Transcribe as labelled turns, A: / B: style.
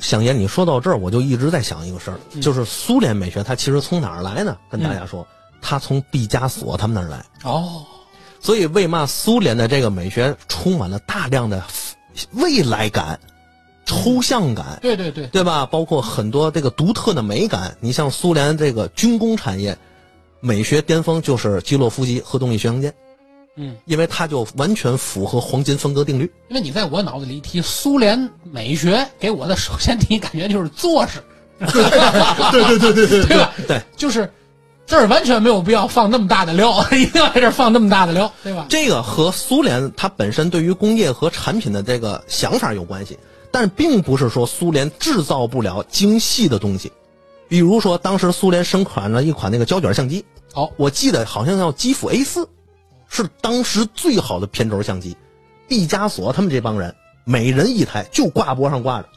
A: 想爷，你说到这儿，我就一直在想一个事儿，就是苏联美学它其实从哪儿来呢？跟大家说，它从毕加索他们那儿来。
B: 哦，
A: 所以为嘛苏联的这个美学充满了大量的未来感、抽象感，
B: 对对对，
A: 对吧？包括很多这个独特的美感。你像苏联这个军工产业，美学巅峰就是基洛夫级核动力巡洋舰，
B: 嗯，
A: 因为它就完全符合黄金分割定律。
B: 因为你在我脑子里提苏联美学，给我的首先第一感觉就是坐式，
C: 对对对对对
B: 对吧？
A: 对，
B: 就是这儿完全没有必要放那么大的料， 一定要在这儿放那么大的料，对吧？
A: 这个和苏联它本身对于工业和产品的这个想法有关系，但并不是说苏联制造不了精细的东西。比如说，当时苏联生产了一款那个胶卷相机，
B: 好，
A: 我记得好像叫基辅 A 四，是当时最好的片轴相机。毕加索他们这帮人每人一台，就挂脖上挂着。